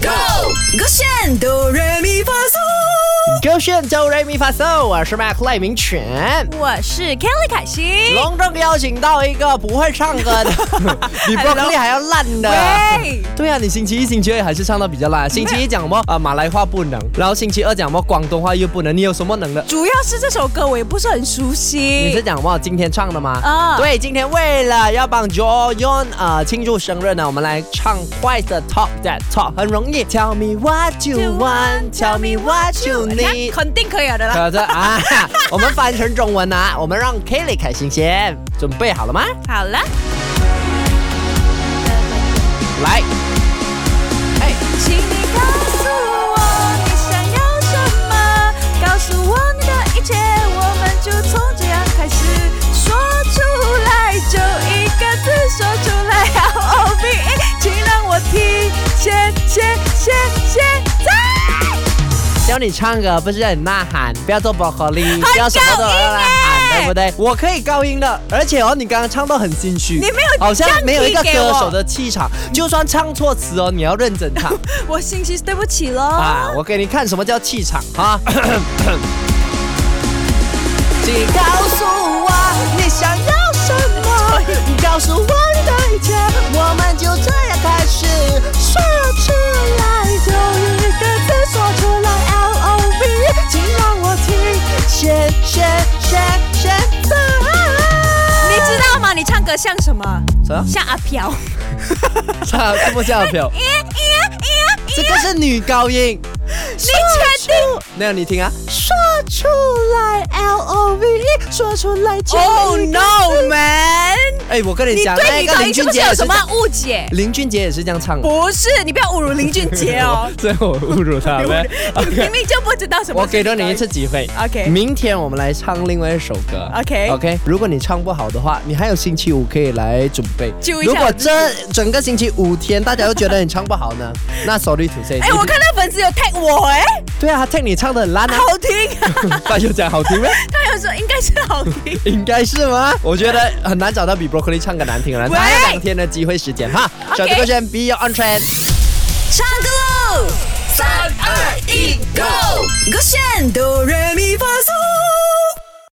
Go，勾选哆来咪发嗦，勾选周瑞米发嗦，我是 Mac 赖明全。我是 Kelly 凯欣。隆重邀请到一个不会唱歌的，比 Broccoli 还要烂 的。喂，对啊，你星期一、星期二还是唱的比较烂。星期一讲什么啊、马来话不能，然后星期二讲什么广东话又不能，你有什么能的？主要是这首歌我也不是很熟你是悉。讲我今天唱的吗？啊对，今天为了要帮 Joyon 啊、呃庆祝生日呢，我们来唱快的 Top That Top，很容易。Tell me what you want，Tell me what you 人家 need。肯定可以 了的啦。可这啊，我们翻成中文啊，我们让 Kelly 开心先，准备好了吗？好了，来，哎，请你告诉我你想要什么，告诉我你的一切，我们就从这样开始说出来，就一个字说出来，L O V E，请让我听，谢谢谢谢在。教你唱歌不是很呐喊，不要 做 broccoli，很不要什么都高音要呐耶喊，对不对？我可以高音的，而且哦，你刚刚唱到很心虚，你没有好像这样没有一个踢给我歌手的气场，就算唱错词哦，你要认真唱我信息对不起喽。啊！我给你看什么叫气场啊！ 请告诉我你想要什么，你告诉我你的一切，我们就这样开始说出来，就一个字说出来，L O V，请让我听，谢谢谢谢你知道吗？你唱歌像什么？什么？像阿飘。唱这么下 表？哎这个是女高音。你哎确定？没有，你听啊，说出来，L O V E，说出来就 Oh 一个 no man！哎，我跟你你讲，对那你个的林音是俊不是杰也有是什这么误解？林俊杰也是这样唱的。不是，你不要侮辱林俊杰 哦 。所以我侮 辱他呗。你明明就不知道什么。我给了你一。次机会 OK 明天我们来唱另外一首歌。 OK OK，如果你唱不好的话，你还有星期五可以来准备。揪一下如果这整个星期五天大家都觉得你唱不好 呢，那 sorry to say。哎，我看到粉丝有 tag 我，哎，对啊，他听你唱的很烂啊，好 听啊！ 他有讲好 听吗？他有说应该是好听。应该是 吗？我觉得很难找到比 Broccoli 唱歌难听的人。喂他还有两天的机会时间哈，小 OK 哥哥选 Be Your On Trend。唱歌喽！三二一，Go！我选哆来咪发嗦。